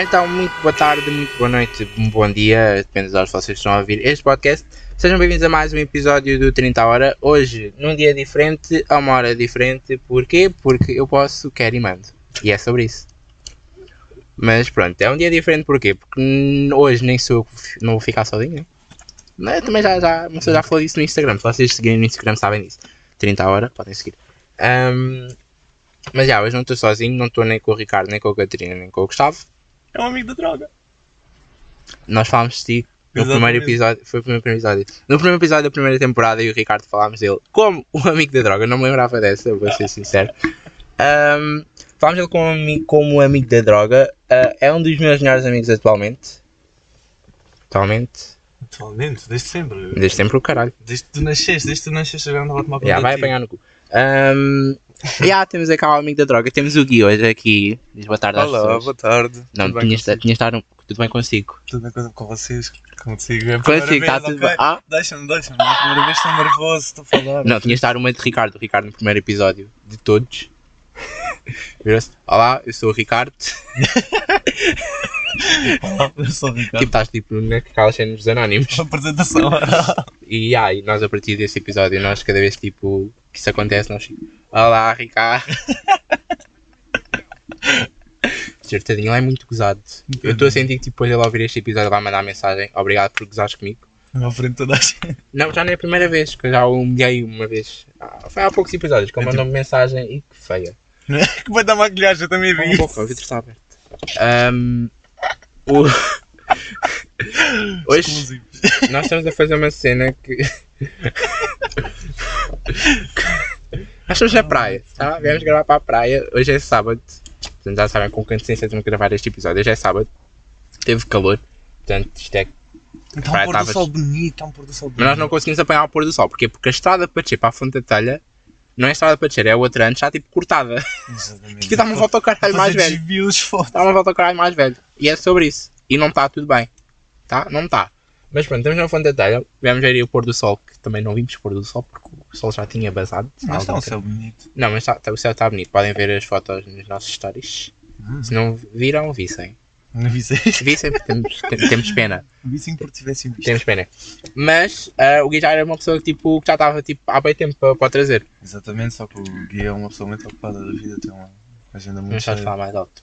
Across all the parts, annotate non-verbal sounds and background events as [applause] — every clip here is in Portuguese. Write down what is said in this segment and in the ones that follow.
então, muito boa tarde, muito boa noite, um bom dia, depende das horas que vocês estão a ouvir este podcast. Sejam bem-vindos a mais um episódio do 30 Hora. Hoje, num dia diferente, a uma hora diferente. Porquê? Porque eu posso, quero e mando. E é sobre isso. Mas pronto, é um dia diferente porquê? Porque hum, hoje nem sou eu que fi- não vou ficar sozinho, né? Mas eu também já, já, uma pessoa já falou disso no Instagram. Se vocês seguirem no Instagram sabem disso. 30 horas, podem seguir. Ahm, mas já, hoje não estou sozinho, não estou nem com o Ricardo, nem com a Catarina, nem com o Gustavo. É um amigo da droga. Nós falámos de ti no Exatamente. primeiro episódio. Foi o primeiro episódio. No primeiro episódio da primeira temporada eu e o Ricardo falámos dele como [laughs] o amigo da droga. Não me lembrava dessa, vou ser sincero. Ahm, falámos dele como, ami- como o amigo da droga. Ah, é um dos meus melhores amigos atualmente. Atualmente. Atualmente, desde sempre. Desde sempre o caralho. Desde que tu nasceste, desde que tu nasceste, eu já andava a tomar conta Já, vai de ti. apanhar no cu. Ahm, [laughs] já temos aqui o amigo da droga. Temos o Gui hoje aqui. Diz boa tarde às Olá, pessoas. boa tarde. Não, tudo bem tinha de tinha de estar um... Tudo bem consigo? consigo? Tudo bem com- com vocês? Consigo, é a primeira Consigo, está vez, tudo ok? bem. Ah, Deixa-me, deixa-me. É a primeira vez que estou nervoso, estou a falar. Não, tinha de estar uma de Ricardo. O Ricardo no primeiro episódio de todos. [laughs] Virou-se, Olá, eu sou o Ricardo. Olá, eu sou o Tipo, Ricardo. estás tipo naquelas cenas dos anónimos. apresentação [laughs] E aí, nós a partir desse episódio, nós cada vez tipo que isso acontece, nós tipo, Olá, [laughs] Ricardo. Certadinho, ele é muito gozado. Eu estou a sentir que depois ele ouvir este episódio vai mandar mensagem. Obrigado por gozares comigo. à frente de toda a gente. [laughs] Não, já não é a primeira vez, que eu já o humilhei uma vez. Ah, foi há poucos episódios que ele É tipo- mandou-me mensagem e que feia. Que vai dar maquilhagem, eu também Cala a vi. boca, o vidro está aberto. Ahm, o- Hoje Exclusivo. nós estamos a fazer uma cena que. nós estamos na praia, tá? Viemos gravar para a praia. Hoje é sábado. Portanto, já sabem com que antecedência temos que gravar este episódio. Hoje é sábado. Teve calor. Portanto, isto é. Está Vai, um pôr do estavas- sol bonito, está um pôr do sol bonito. Mas nós não conseguimos apanhar o pôr do sol. Porquê? Porque a estrada para descer para a Fonte da Telha não é a estrada para descer, é a outra antes, já tipo cortada. [laughs] Exatamente. Que dá uma volta ao caralho um mais velho. Desvios, foda. Está uma Tá, volta ao caralho mais velho. E é sobre isso. E não está tudo bem. Tá? Não está. Mas pronto, estamos na fonte da telha. Vemos aí o pôr do sol, que também não vimos pôr do sol, porque o sol já tinha basado. Mas está um Algum tempo. céu bonito. Não, mas tá- tá- o céu está bonito. Podem ver as fotos nos nossos stories. Hum. Se não viram, vissem. Não vi [laughs] Se vissem, porque temos, [laughs] tem- temos pena. Vi sim porque tivesse visto. Temos pena. Mas ah, o Gui já era uma pessoa que, tipo, que já estava tipo, há bem tempo para, para o trazer. Exatamente, só que o Gui é uma pessoa muito ocupada da vida, tem uma agenda Não muito estás a cheia. falar mais alto.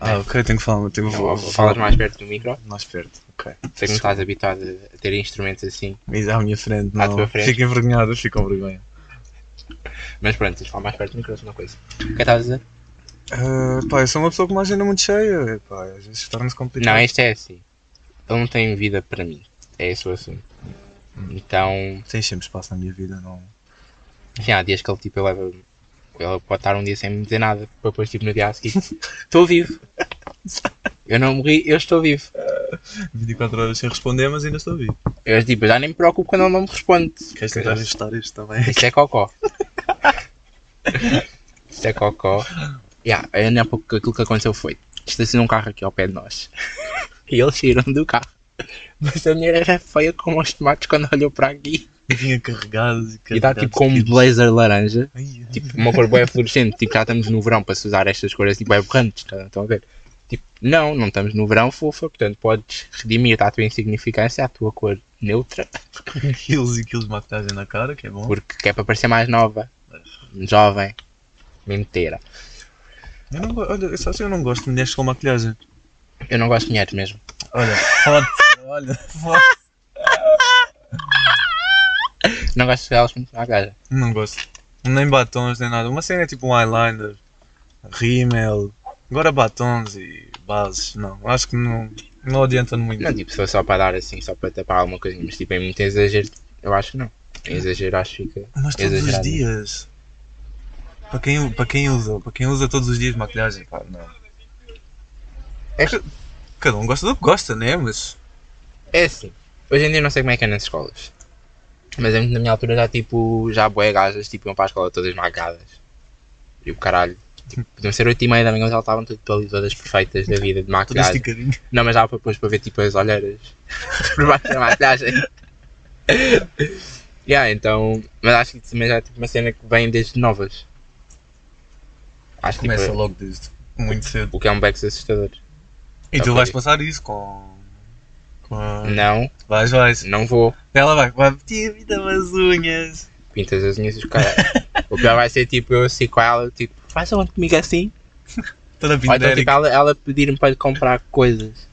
Ah, ok, tenho que falar, tenho que Não, Falas mais perto do micro. Mais perto, ok. Sei que não estás habituado a ter instrumentos assim. Mas é à minha frente, À não. tua frente. Fico envergonhado, fico com vergonha. Mas pronto, tens de falar mais perto do micro, uma coisa. O que é que estás a dizer? Ah, pá, eu sou uma pessoa com uma agenda muito cheia, pá, às vezes torna-se complicado. Não, este é assim. Ele não tem vida para mim. É esse o assunto. Então, Tens sempre espaço na minha vida, não. assim, há dias que ele tipo, ele leva. Ele pode estar um dia sem me dizer nada, para depois, tipo, no dia a seguir, estou vivo. Eu não morri, eu estou vivo. 24 horas sem responder, mas ainda estou vivo. Eu, tipo, já nem me preocupo quando ele não me responde. Queres tentar ajustar isto também? Isso é cocó. Isso é cocó. Yeah, ainda há pouco aquilo que aconteceu foi: estacionou um carro aqui ao pé de nós. E eles saíram do carro. Mas a mulher era feia como os tomates quando olhou para aqui. E [laughs] vinha carregados e E está tipo carregados. com um blazer laranja. Ai, ai. Tipo, uma cor bem fluorescente. Tipo, já estamos no verão para se usar estas cores tipo, é borrantes. tá- Estão a ver? Tipo, não, não estamos no verão, fofa. Portanto, podes redimir a tua insignificância, a tua cor neutra. quilos e quilos de maquilhagem na cara, que é bom. Porque que é para parecer mais nova. Jovem. Menteira. Eu não, go- olha, sabes que eu não gosto de mulheres com maquilhagem. Eu não gosto de mulheres mesmo. Olha, [laughs] foda-se, olha, foda Não gosto de elas muito na gaja. Não gosto. Nem batons, nem nada. Uma cena é tipo um eyeliner, rímel, agora batons e bases. Não, acho que não, não adianta muito. Não, tipo, se for só para dar assim, só para tapar alguma coisinha, mas tipo, é muito exagero. Eu acho que não. É Exagero, acho que fica. Mas todos os Exagerado. dias. Para quem, para quem usa, para quem usa todos os dias maquilhagem, pá, não. É- Ca- Cada um gosta do que gosta, né? Mas. É assim. Hoje em dia não sei como é que é nas escolas. Mas é muito na minha altura já tipo, já boé gajas, tipo, iam para a escola todas magadas. E o caralho. Tipo, podiam ser 8 e meia da manhã, mas elas estavam tudo ali todas perfeitas da vida de Todo maquilhagem. esticadinho. Não, mas dá para depois para ver tipo as olheiras [laughs] por baixo da maquilhagem. [laughs] yeah, então. Mas acho que isso também já é tipo uma cena que vem desde novas. Acho que Começa tipo, um- logo desde muito cedo. o que é um beco assustador. E tu Ok. vais passar isso com. com a- Não, Vais, vais. não vou. Ela vai, vai, tia, vida as unhas. Pintas as unhas dos caras. o pior vai ser tipo eu assim com ela, tipo, faz onde comigo assim. Toda Ou então tipo pindérica. ela, ela pedir-me para lhe comprar coisas.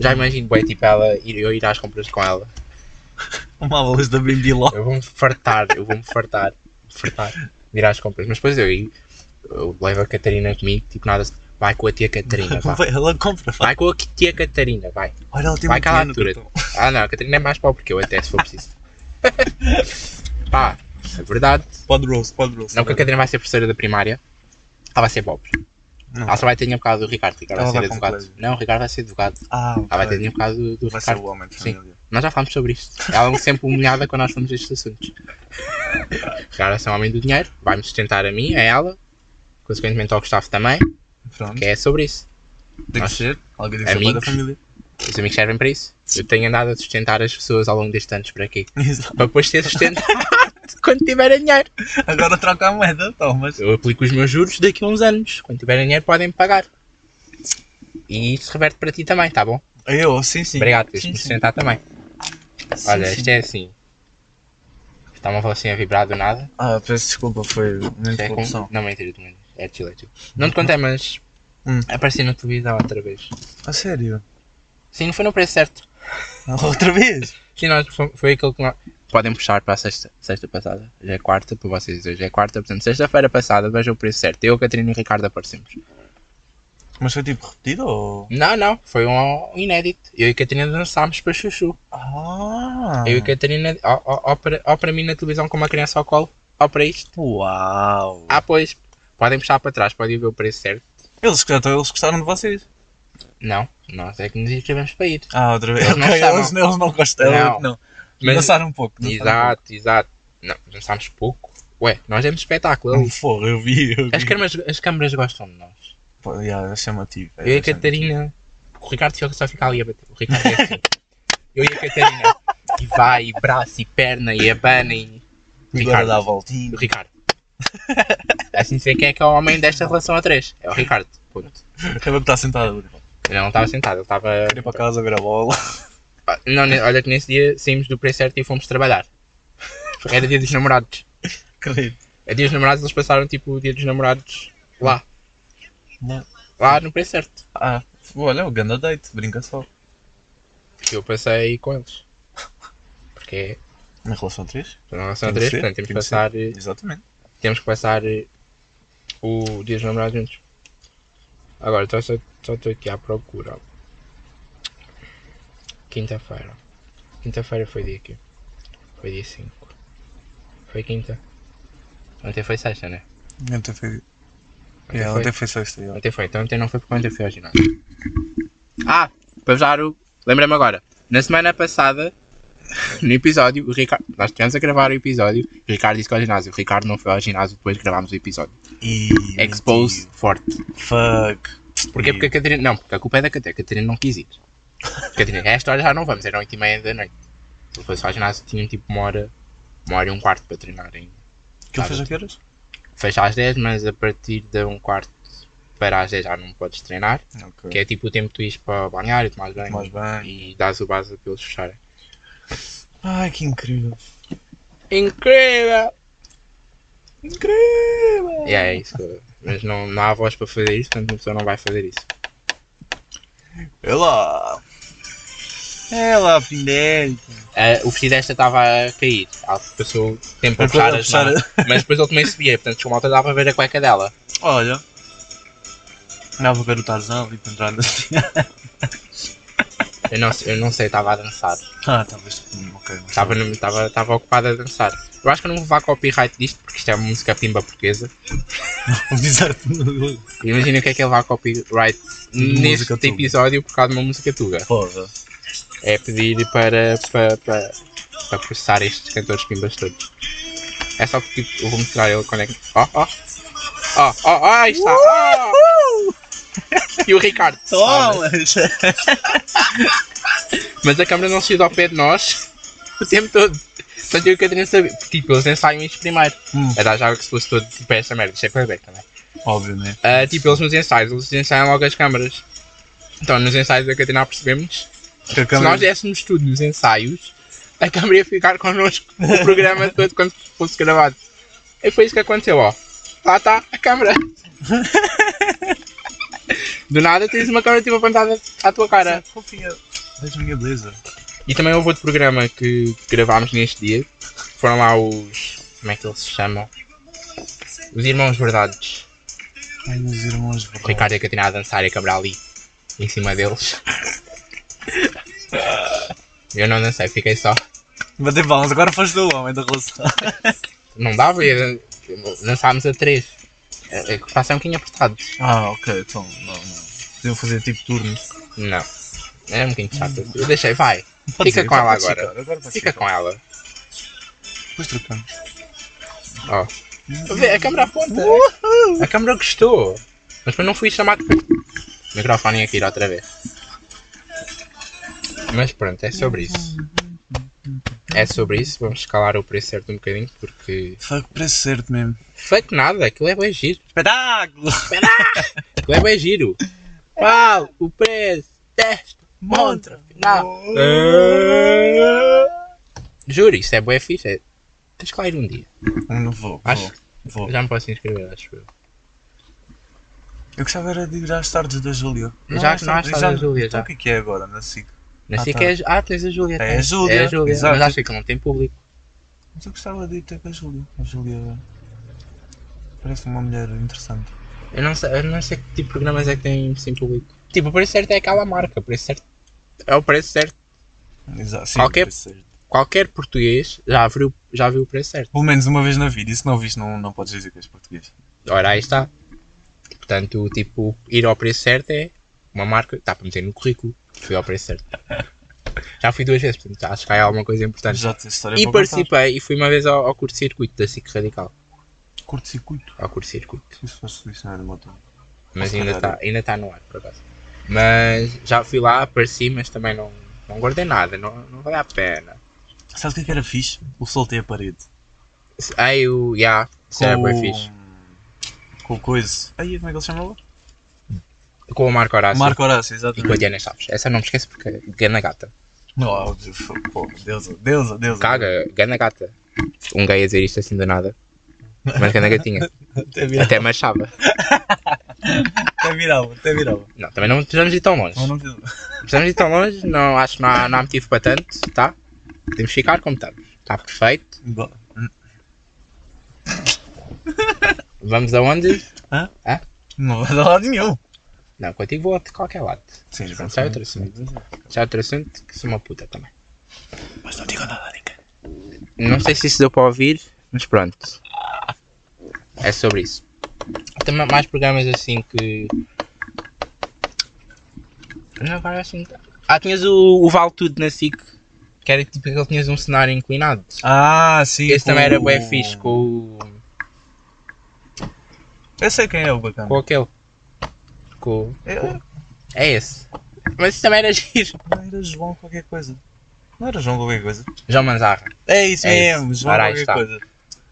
Já imagino bem, tipo, ela ir, eu ir às compras com ela. Uma luz da Bimbi Ló. Eu vou-me fartar, eu vou-me fartar, fartar de ir às compras. Mas depois eu, eu, eu levo a Catarina comigo, tipo nada, vai com a tia Catarina, [laughs] vá. Ela compra, vai. Vai com a tia Catarina, vai. Olha, ela tem Vai um cá lá, piano. Arthur. Gastão. Ah não, a Catarina é mais pobre que eu até, se for preciso. [laughs] Pá, é verdade. Pode roast, pode roast. Não que a Catarina vai ser professora da primária. Ela vai ser pobre. Não. Ela só vai ter dinheiro por causa do Ricardo. O Ricardo vai Ela ser vai com advogado. colégio. Não, o Ricardo vai ser advogado. Ah, Ela vai ter ok. dinheiro por causa do, do Vai ser Ricardo. o homem de Sim. família. Nós já falámos sobre isto. Ela é sempre humilhada quando nós falamos destes assuntos. Ricardo vai ser um homem do dinheiro. Vai-me sustentar a mim, a ela. Consequentemente ao Gustavo também. Pronto. Que é sobre isso. Tem que Nós- ser. Alguém tem que ser Amigos. da família. [laughs] Os amigos servem para isso. Eu tenho andado a sustentar as pessoas ao longo destes anos por aqui. Exato. Para depois ser sustentado [laughs] quando tiverem dinheiro. Agora troca a moeda, Thomas. Eu aplico os meus juros daqui a uns anos. Quando tiverem dinheiro, podem me pagar. E isso reverte para ti também, tá bom? Eu, sim, sim. Obrigado, sim, tens-me sim. sustentar também. Sim, Olha, sim. isto é assim. Está uma vozinha a vibrar do nada. Ah, peço desculpa, foi uma Isto é com... interrupção. Não, mentira, tu menino. É de Chile, é de Chile. Não te contei, mas Hum. apareci na televisão outra vez. A sério? Sim, não foi no preço certo. Ah, Outra vez? Sim, nós, foi, foi aquilo que nós... Podem puxar para a sexta, sexta passada. Já é quarta, para vocês hoje é quarta. Portanto, sexta-feira passada, vejam o preço certo. Eu, a Catarina e o Ricardo aparecemos. Mas foi tipo repetido ou. Não, não, foi um inédito. Eu e a Catarina dançámos para Chuchu. Ah! Eu e a Catarina, ó, ó, ó para, ó para mim na televisão com uma criança ao colo, ó para isto. Uau! Ah, pois, podem puxar para trás, podem ver o preço certo. Eles, gostaram, eles gostaram de vocês. Não, nós é que nos inscrevemos para ir. Ah, outra vez. Eles não Ok, gostaram. eles, eles não gostaram. Não. Não. Mas- Dançaram um pouco. dançaram Exato, exato. Não, dançámos pouco. Ué, nós demos espetáculo. Um eles- pouco. Porra, eu vi. Eu vi. As câmaras, as câmaras gostam de nós. Pô, yeah, é chamativo. é Eu e a chamativo. Catarina. O Ricardo só só fica ali a bater. O Ricardo é assim. Eu e a Catarina. E vai, e braço, e perna, e abana, e. E agora Ricardo. dá a voltinha. O Ricardo. Assim sei quem é que é o homem desta relação a três. É o Ricardo. Ponto. Acaba que está sentado. tipo, Ele não estava sentado, ele estava. Queria para casa ver a bola. [laughs] Ah, Não, ne- olha que nesse dia saímos do preço certo e fomos trabalhar. Era dia dos namorados. Querido. É dia dos namorados, eles passaram tipo o dia dos namorados lá. Não. Lá no preço certo. Ah, olha, o ganda date. Brinca só. Porque eu passei com eles. Porque é Na relação 3? na relação a três, portanto temos que, passar, eh, Exatamente. temos que passar eh, o dia dos namorados juntos. Agora estou só só estou aqui à procura. Quinta-feira. Quinta-feira foi dia aqui. Foi dia 5. Foi quinta. Ontem foi sexta, né? Ontem foi. É, Ontem yeah, foi. Ontem foi sexta. yeah. Ontem foi, então ontem não foi porque ontem fui ao ginásio. Ah, para vos dar o. Lembrei-me agora. Na semana passada, [laughs] no episódio, o Ricardo. Nós estivemos a gravar o episódio. O Ricardo disse que ao ginásio. O Ricardo não foi ao ginásio, depois gravámos o episódio. E. Expose forte. Fuck. Porquê? Porque a Catarina. Não, porque a culpa é da Catarina. A Catarina não quis ir. Catarina, "É, a esta hora já não vamos, era 8 e meia da noite. Se ele fosse ao ginásio, tinha tipo uma hora. Uma hora e um quarto para treinar ainda. Que ele fez a que horas? Fecha às 10, mas a partir de um quarto para às 10 já não podes treinar. Ok. Que é tipo o tempo que tu ires para banhar e tomar banho. Mais bem. e dás o base para eles fecharem. Ai, que incrível. Incrível! Incrível! E é isso. que- Mas não, não há voz para fazer isso, portanto a pessoa não vai fazer isso. É Ela! Ela, pindérica! Ah, o vestido desta estava a cair. Ela passou tempo a Mas puxar quando as ela mãos. Mas depois ele também subia, portanto com malta dava para ver a cueca dela. Olha! Dava para ver o Tarzan ali para entrar na cidade. Eu não, eu não sei, estava a dançar. [laughs] Ah, talvez. hum, Ok. mas Estava, no- estava, estava ocupada a dançar. Eu acho que eu não vou levar copyright disto, porque isto é música pimba portuguesa. Vou dizer tudo. Imagina o que é que é levar copyright neste Tipo música tuga. episódio por causa de uma música tuga. Foda. é pedir para, para, para, para processar estes cantores pimbas todos. É só porque tipo, eu vou mostrar ele quando é que. Ó, ó! Ó, ó, ó, aí está! ó. E o Ricardo. sabe? Thomas! Mas a câmera não se ao pé de nós o tempo todo. Portanto, eu e a Catarina saber. Tipo, eles ensaiam isto primeiro. Hum. É dar já que se fosse todo tipo esta merda. Isto é playback também. Óbvio, né? Ah, tipo, eles nos ensaios, eles ensaiam logo as câmaras. Então, nos ensaios da Catarina percebemos Que a se câmera- nós dessemos tudo nos ensaios, a câmera ia ficar connosco o programa todo quando fosse gravado. E foi isso que aconteceu, ó. Lá está a [laughs] câmera. Do nada tens uma câmera tipo apontada à tua cara. Fofinha. Veja a minha beleza. E também houve outro programa que gravámos neste dia. Foram lá os. Como é que eles se chamam? Os Irmãos Verdades. Ai, meus irmãos. O Ricardo e a Catarina a dançar e a câmera ali. Em cima [laughs] deles. Eu não dancei, fiquei só. Bater palmas, agora foste o homem da relação. Não dava, ia lançámos a 3. Passei um bocadinho apertado. Ah, ok, então. Não, não. Podiam fazer tipo turnos. Não. É um bocadinho chato. Eu deixei, vai. Fica com ela agora. Fica com ela. Depois trocamos. Ó. Vê, a câmera aponta. A câmera gostou. Mas depois não fui chamado. O microfone ia cair outra vez. Mas pronto, é sobre isso. É sobre isso. Vamos escalar o preço certo um bocadinho porque. Fuck, preço certo mesmo. Fuck nada, aquilo é bem giro. Espetáculo! Aquilo é bem giro. Pau, o preço, teste, montra, final. Hum, Juro, isso é boa fixe. é- Tens que lá ir um dia. Não vou, Acho vou. vou. Já me posso inscrever, acho eu. Eu gostava era de ir às tardes da Júlia. Mas já- não, às tardes da Júlia, Então já. o que é que é agora na SIC? Não Ah, sei tá. que é. Ah, tens a Júlia. É a tens. Júlia, É a Júlia. exato. Mas acho que não tem público. Mas eu gostava de ir ter com a Júlia. A Júlia parece uma mulher interessante. Eu não sei, eu não sei que tipo de programas é que tem sem público. Tipo, o preço certo é aquela marca. O preço certo. É o preço certo. Exato, sim, Qualquer- parece certo. Qualquer português já viu, já viu o preço certo. Pelo menos uma vez na vida, e se não viste, não, não podes dizer que és português. Ora, aí está. Portanto, tipo, ir ao preço certo é uma marca. Está para meter no currículo. Fui ao preço certo. Já fui duas vezes, portanto, acho que há alguma coisa importante. Já tens história E para contar. participei e fui uma vez ao, ao curto-circuito da SIC Radical. Curto-circuito. Ao curto-circuito. Isso faz dicionário de moto. Mas Se ainda calhar. está ainda tá no ar, por acaso. Mas já fui lá, apareci, mas também não, não guardei nada, não, não vale a pena. Sabes o que é que era fixe? O soltei a parede. Aí o. Ya, isso era bem fixe. Com o coisa. Aí, como é que ele se chamava? Com o Marco Horácio Marco Horácio, e com a exatamente. Diana Chaves. Essa não me esqueço porque é Gana Gata. Não, oh, Deus, pô, Deus, Deus, Deus. Caga, Gana Gata. Um gay a dizer isto assim do nada. Mas Gana [laughs] Gatinha. Até virava, Até marchava. até virava, até virava. Não, também não precisamos ir tão longe. Mas não precisa- Precisamos ir tão longe, não, acho que não há, não há motivo para tanto, tá? Podemos ficar como estamos. Está perfeito. Igual. Vamos aonde? Não vai dar lado nenhum. Não, contigo vou a qualquer lado. Sim, Pronto, já é outro assunto. Já é outro assunto que sou uma puta também. Mas não digo nada a ninguém. Não sei se isso deu para ouvir, mas pronto. É sobre isso. Também mais programas assim que. Não, agora assim. Ah, tinhas o, o Vale Tudo na SIC, que era tipo que tinhas um cenário inclinado. Ah, sim. Esse com também era o- bué fixe com o. Eu sei quem é o bacana. com aquele. Com. É, É esse. Mas isso também era [laughs] giro. não era João qualquer coisa. Não era João qualquer coisa. João Manzarra. É isso É mesmo, isso. João Ora, aí qualquer está. coisa.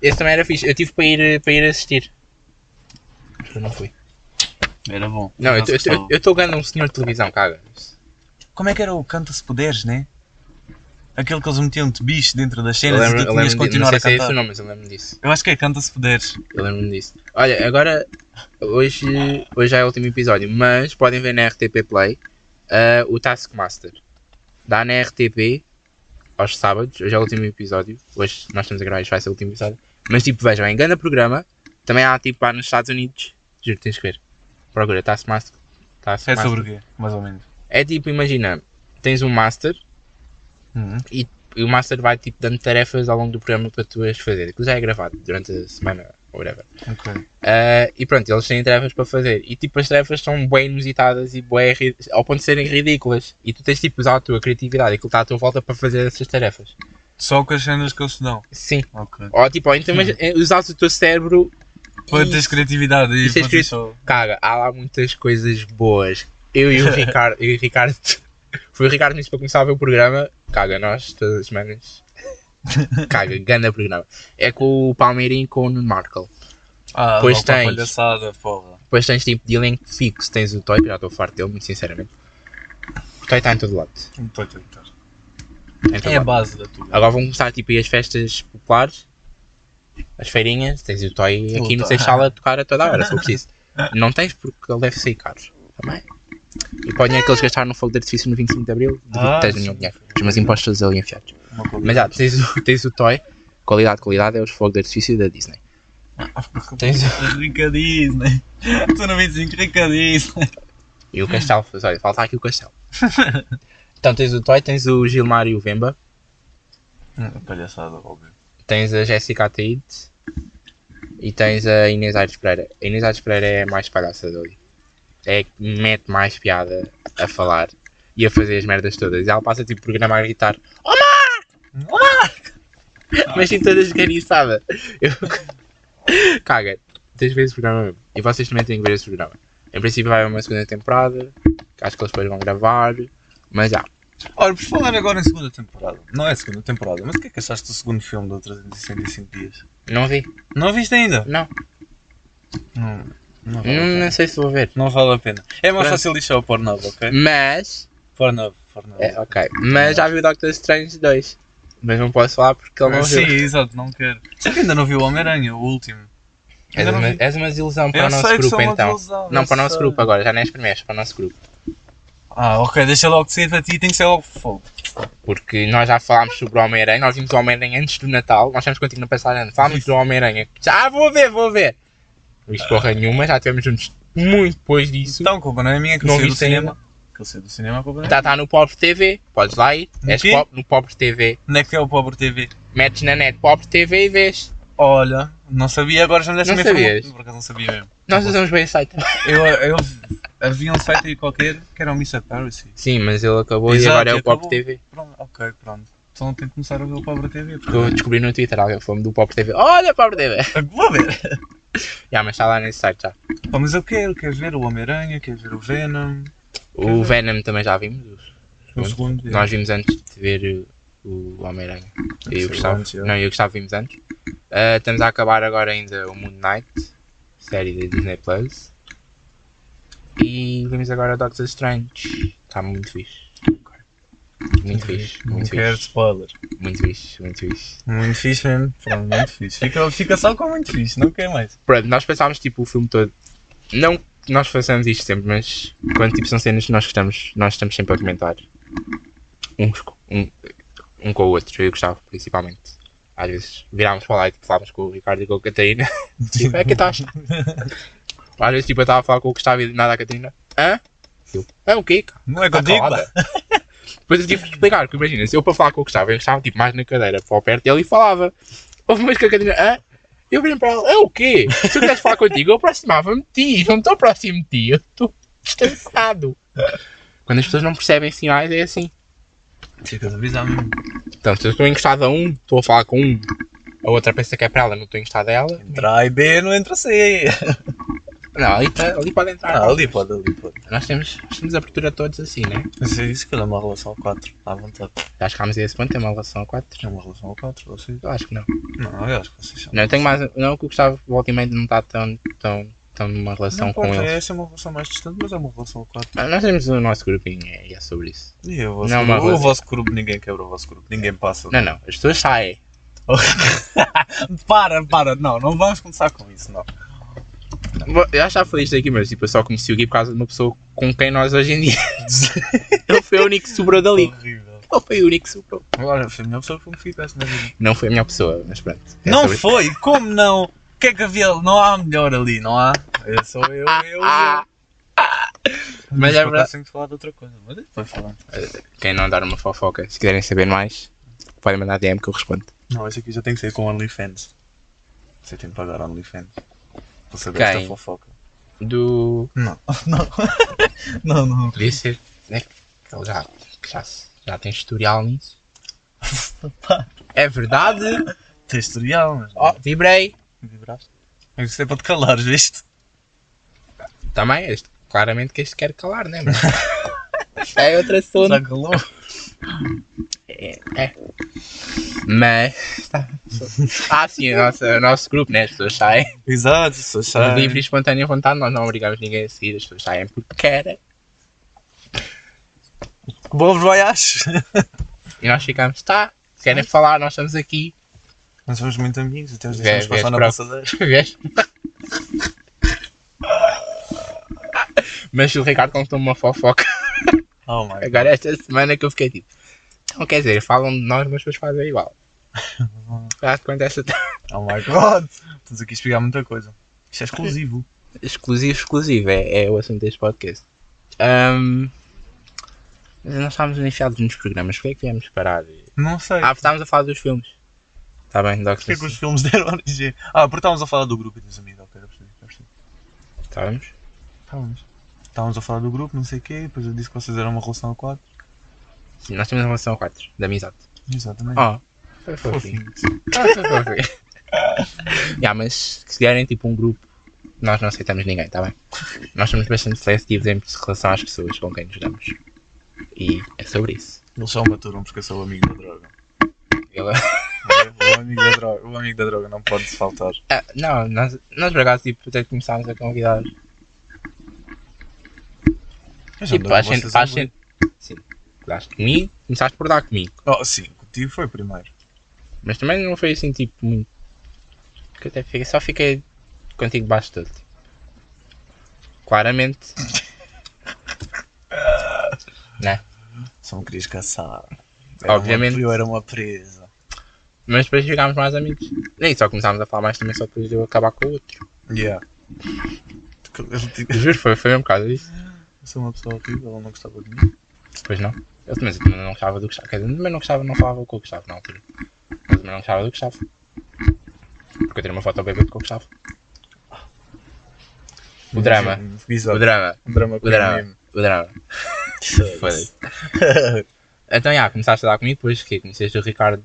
Esse também era fixe. Eu tive para ir, para ir assistir. Mas Eu não fui. Era bom. Não, eu estou ganhando um senhor de televisão, caga. Como é que era o Canta Se Puderes, né? Aquele que eles metiam-te bicho dentro das Eu cenas lembro, e tu eu tinhas lembro de disso. Não continuar sei a se é isso cantar. ou não, mas eu lembro disso. Eu acho que é Canta Se Puderes. Eu lembro disso. Olha, agora. Hoje, hoje já é o último episódio, mas podem ver na RTP Play ah, o Taskmaster. Dá na RTP aos sábados. Hoje é o último episódio. Hoje nós estamos a gravar, isto vai ser o último episódio. Mas tipo, vejam, engana programa. Também há tipo lá nos Estados Unidos. Juro, tens que ver. Procura Taskmaster. É Taskmaster. sobre o quê? Mais ou menos. É tipo, imagina, tens um master Uhum. e o master vai tipo dando tarefas ao longo do programa para tu as fazer. Aquilo já é gravado durante a semana ou whatever. Ok. Ah, e pronto, eles têm tarefas para fazer. E tipo, as tarefas são bem inusitadas e bem ri- ao ponto de serem ridículas. E tu tens tipo usar a tua criatividade e aquilo está à tua volta para fazer essas tarefas. Só com as cenas que eles te dão. Sim. Ok. Ou tipo, ou então mas, é, usares o teu cérebro Para e- teres criatividade e Isso é para escrito. teres só- Caga, há lá muitas coisas boas. Eu e o Ricardo. eu e o Ricardo foi o Ricardo nisso para começar a ver o programa. Caga, nós, todas as semanas. Caga, ganda programa. É com o Palmeirinho e com o Nuno Markle. Ah, Pois logo para a tens. palhaçada, porra. Depois tens tipo de elenco fixo. Tens o Toy, que já estou farto dele, muito sinceramente. Vai estar em todo lado. Pois, pois, pois. Em todo É a lado. base da tua. Agora vão começar tipo aí as festas populares, as feirinhas, tens o Toy O aqui no Toy. Seixal a tocar a toda hora, se [laughs] for preciso. Não tens porque ele deve sair caro também. E podem aqueles gastar no fogo de artifício no 25 de Abril, de Ah, que tens sim. nenhum dinheiro. Os meus impostos ali enfiados. Uma qualidade. Mas já, tens o, [laughs] tens o Toy, qualidade, qualidade é os fogos de artifício da Disney. Tens o- Rica Disney. Estou no 25, rica Disney. E o Castelo, pois olha, falta aqui o [laughs] Castelo. então tens o Toy, tens o Gilmar e o Vemba, Hum, Palhaçada, óbvio. tens a Jéssica Ataíde e tens a Inês Aires Pereira. A Inês Aires Pereira é a mais palhaça dali. É que mete mais piada a falar e a fazer as merdas todas. E ela passa tipo o programa a gritar Ah! mas sim toda esganiçada. Eu... [laughs] Caga, tens de ver esse programa mesmo. E vocês também têm que ver esse programa. Em princípio vai haver uma segunda temporada, que acho que eles depois vão gravar, mas já. Olha, por falar agora em segunda temporada. Não é segunda temporada, mas o que é que achaste do segundo filme do 365 dias? Não vi, Não viste ainda? não. Não. Não vale, Hum, a não pena. sei se vou ver. Não vale a pena. É mais Pronto. fácil lixar o Pornhub, ok? Mas, Pornhub, Pornhub. é, ok. Mas já vi o Doctor Strange 2. Mas não posso falar porque ele não Ah, Sim, viu. exato, não quero. Só que ainda não viu o Homem-Aranha, o último. És Ainda não uma, vi. és uma desilusão é para Eu o nosso sei que grupo sou uma então. desilusão, não, eu para o nosso sei. grupo agora, já nem és primeiros, para o nosso grupo. Ah, ok, deixa logo de ser para ti, tem que ser logo fogo. Porque nós já falámos sobre o Homem-Aranha, nós vimos o Homem-Aranha antes do Natal, nós temos contigo na passada ano, falámos do Homem-Aranha. Já vou ver, vou ver! Não viste porra nenhuma, já estivemos juntos muito depois disso. Então, culpa não é minha, que Não eu sei do viste cinema. Que eu sei do cinema, culpa não é Está tá no Pobre TV, podes lá ir, No és quê? pobre, no Pobre TV, Onde é que é o Pobre TV? metes na net Pobre TV e vês. Olha, não sabia, agora já me deste Não uma informação. sabias? Por acaso não sabia mesmo. Nós Não usamos bem esse site. Eu, eu havia um site aí qualquer que era o Miss Piracy. Sim, mas ele acabou e Exato, agora é o acabou. Pobre TV. Pronto, ok, pronto. Então tenho que começar a ver o Pobre TV. Que eu descobri no Twitter, alguém falou-me do Pobre TV. Olha Pobre TV! Vou ver. [laughs] Já, mas está lá nesse site já. Pá, mas eu quero, quero ver o Homem-Aranha, quero ver o Venom. Uhum. O Venom também já vimos. O Pronto. segundo. é. Nós vimos antes de ver o, o Homem-Aranha. Eu e o Sim, Gustavo. antes, é. Não, eu e o Gustavo vimos antes. Ah, estamos a acabar agora ainda o Moon Knight, série da Disney Plus. E vimos agora o Doctor Strange. Está muito fixe. Muito fixe, Não muito quero fixe. spoiler. Muito fixe, muito fixe. Muito fixe mesmo. Pronto, muito fixe. Fica, fica só com muito fixe, não quer mais. Pronto, nós pensámos tipo o filme todo. Não que nós façamos isto sempre, mas quando tipo, são cenas que nós gostamos, nós estamos sempre a comentar. Uns, co- um, um com o outro, eu e o Gustavo, principalmente. Às vezes virámos para lá e tipo, falámos com o Ricardo e com a Catarina. [laughs] Tipo, é que estás? Às vezes tipo, eu estava a falar com o Gustavo e nada a Catarina. Hã? Eu, é o quê? cara? Não é Tá [laughs] contigo? calada. Depois eu tive que explicar, porque imagina, se eu para falar com o Gustavo, eu estava tipo mais na cadeira, para o perto, e ele falava. Houve uma vez que a Catarina, hã? Eu virei para ela, é o quê? Se eu quisesse falar contigo, eu aproximava-me de ti, eu não estou próximo de ti, eu estou distanciado. Quando as pessoas não percebem sinais, é assim. Ficas avisado mesmo. Então, se eu estou encostado a um, estou a falar com um, a outra pensa que é para ela, não estou encostado a ela. Entra A e B, não entra C. Não, ali, tá- ali pode entrar. [laughs] Ah, ali pode, ali pode. Nós temos, nós temos abertura todos assim, né? Mas é isso que é uma relação ao 4. À vontade. Já chegámos a esse ponto, tem uma relação a quatro? É uma relação ao 4, vocês. Eu acho que não. Não, eu acho que vocês são. Não, eu tenho mais. Não, que o Gustavo volta e meia não está tão, tão, tão numa relação Não, com pá, ele. Essa é uma relação mais distante, mas é uma relação ao 4. Ah, Nós temos o nosso grupinho e é sobre isso. E o vosso, Não, grupo? uma o relação. vosso grupo, ninguém quebra o vosso grupo, ninguém passa. Não, não, as pessoas saem. Para, para, não, não vamos começar com isso, não. Bom, Eu acho que já falei isto aqui, mas tipo, eu só conheci o Gui por causa de uma pessoa com quem nós hoje em dia. [laughs] Ele foi o único que sobrou dali. Horrível. Ele foi o único que sobrou. Agora, foi a melhor pessoa que me ficaste na vida. Não foi a minha pessoa, mas pronto. É não sobre- foi, como não? O que é que havia? Não há melhor ali, não há? Eu sou eu, eu, eu. Ah! Mas é verdade. Tenho que falar de outra coisa, mas é, depois falando. Quem não dar uma fofoca, se quiserem saber mais, podem mandar DM que eu respondo. Não, esse aqui já tem que ser com OnlyFans. Você tem de pagar OnlyFans. Para saber Quem? esta fofoca. Do. Não, [laughs] não. não, não. Podia ser. É que ele já, que já, se- já tem tutorial nisso. É verdade! Textorial, mas. Oh, vibrei! Vibraste? Mas Isso é para te calares, viste? Também, este, Tá claramente que este quer calar, né? Mas... é outro Já assunto. calou? É. é. Mas. tá. Ah, sim, o nosso, o nosso grupo, né? As pessoas saem. Exato, é sou Por chato. livre e espontânea vontade, nós não obrigamos ninguém a seguir, as pessoas saem porque querem. Boa voyage! E nós ficamos, tá, querem falar, nós estamos aqui. [laughs] Nós somos muito amigos, até os Vê- deixamos vê passar as na pro- [laughs] passadeira. Vês? Mas o Ricardo contou uma fofoca [laughs] Oh my god. agora esta semana que eu fiquei tipo. Então quer dizer, falam de nós, mas depois fazem igual. Já te conto essa Oh my god! Estamos aqui a explicar muita coisa. Isto é exclusivo. exclusivo, exclusivo, é, é o assunto deste podcast. Ahm, mas nós estávamos iniciados nos programas, porque é que viemos parar? Não sei. Ah, estávamos a falar dos filmes. Está bem, Doc Porquê que os filmes [laughs] deram origem? Ah, porque estávamos a falar do grupo e dos amigos. Ok, já percebi, já percebi. Estávamos? Estávamos. Estávamos a falar do grupo, não sei o quê, depois eu disse que vocês eram uma relação a quatro. Sim, nós temos uma relação a quatro, de amizade. Exatamente. Oh, foi fofinho. Fofinho. Ah, foi [laughs] fofinho. Ya, mas se quiserem tipo um grupo, nós não aceitamos ninguém, está bem? Nós somos bastante seletivos em relação às pessoas com quem nos damos. E é sobre isso. Eles só mataram porque eu sou o amigo da droga. Ela- O amigo da droga, o amigo da droga não pode faltar. [laughs] Ah, não, nós, nós por acaso tipo, até começámos a convidar Eu já Tipo, andava faz com sen- vocês faz há sen- Sim. Daste comigo, começaste por dar comigo. muito- Oh, sim, contigo foi primeiro. Mas também não foi assim, tipo, muito. Que eu até fiquei, só fiquei contigo debaixo de tudo. tipo. Claramente. né? Só me querias caçar. Era Obviamente. Uma, eu era uma presa. Mas depois ficámos mais amigos. Nem só começámos a falar mais também, só depois de eu acabar com o outro. Yeah. Ele tinha- Juro, foi, foi mesmo por causa disso. Eu sou uma pessoa horrível, ela não gostava de mim. Depois não. Eu também, eu também não gostava do Gustavo. Quer dizer, também não gostava, não falava com o Gustavo na altura. Mas também não gostava do Gustavo. Porque eu tirei uma foto bêbado com o Gustavo. O drama. Bizarro. O drama. O Um drama. O drama. O drama. Foda-se. Então, já, começaste a dar comigo, depois que conheceste o Ricardo.